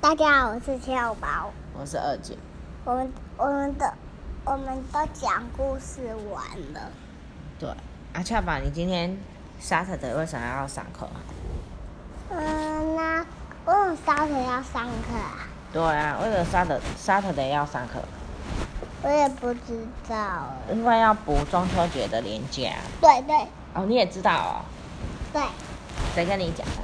大家好，我是七宝宝。我是二姐。我们我们的我们都讲故事完了，对，啊，俏宝，你今天 Saturday 为什么要上课啊？嗯，那我有烧水要上课啊，对啊，为了 Saturday Saturday 要上课，我也不知道。因为要补中秋节的连假。啊对对哦，你也知道哦，对，谁跟你讲的？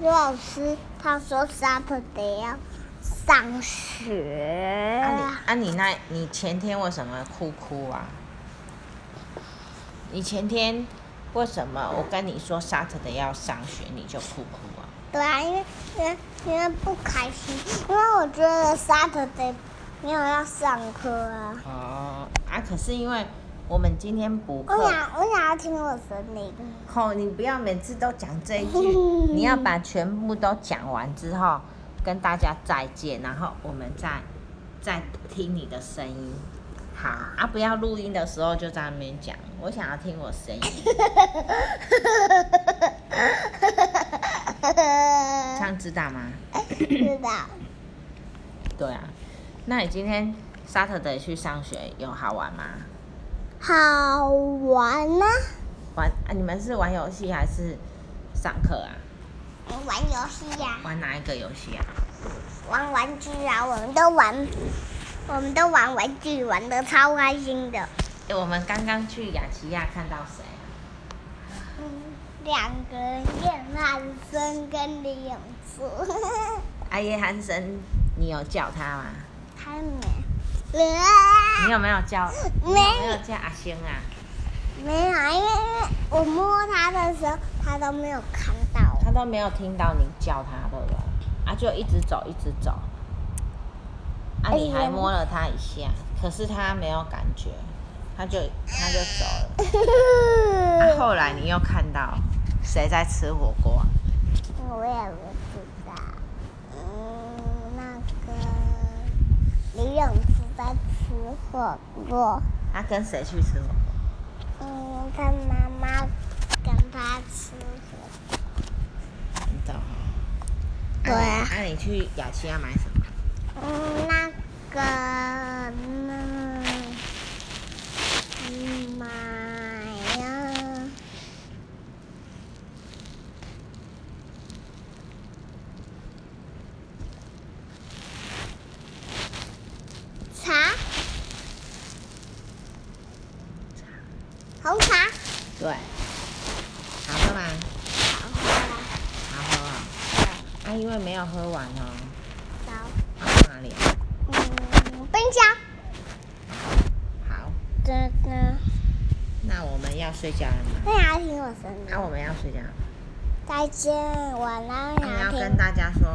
刘老师他说 Saturday 要上学啊你啊你那，你前天为什么哭哭啊？你前天为什么我跟你说 Saturday 要上学你就哭哭啊？对啊，因为因为因为不开心，因为我觉得 Saturday 没有要上课啊。哦，啊，可是因为我们今天补我课。想我想要听我声音。 吼，你不要每次都讲这一句，你要把全部都讲完之后，跟大家再见，然后我们再再听你的声音。好啊，不要录音的时候就在那边讲，我想要听我声音，这样知道吗？哎知道，对啊，那你今天 Saturday 去上学有好玩吗？好玩呢、玩啊，你们是玩游戏还是上课啊？玩游戏呀、玩哪一个游戏啊？玩玩具啊，我们都玩，我们都玩玩具，玩的超开心的。诶哎我们刚刚去雅琪亚看到谁啊？嗯，两个练汉森跟李永 福，阿耶韩森，你有叫他吗？太美了。你有没有叫？呃没你有没有叫阿星啊？没有，因为我摸它的时候，它都没有看到。 他都没有听到你叫他，对不对？啊，就一直走，一直走。啊，哎你还呀摸了他一下，可是他没有感觉，他就他就走了。啊，后来你又看到谁在吃火锅啊？我也不知道。嗯，那个李永福在吃火锅。他跟谁去吃火锅？嗯，他妈妈跟他吃火锅。你知道哈？对啊啊，你去雅琪要买什么？嗯，那个呢？嗯买呀，茶，红茶，对，好喝吗？好喝啦，好喝啊、啊，因为没有喝完哦。走，放哪里啊？嗯，冰箱，好，真的，那我们要睡觉了吗？大家听我声音。那我们要睡觉了。再见，晚安，我们雅要婷跟。大家说，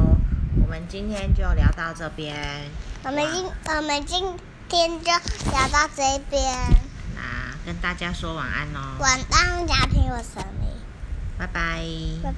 我们今天就聊到这边。我们今我们今天就聊到这边，啊，跟大家说晚安喽，晚安，雅婷，我是你。拜拜。拜拜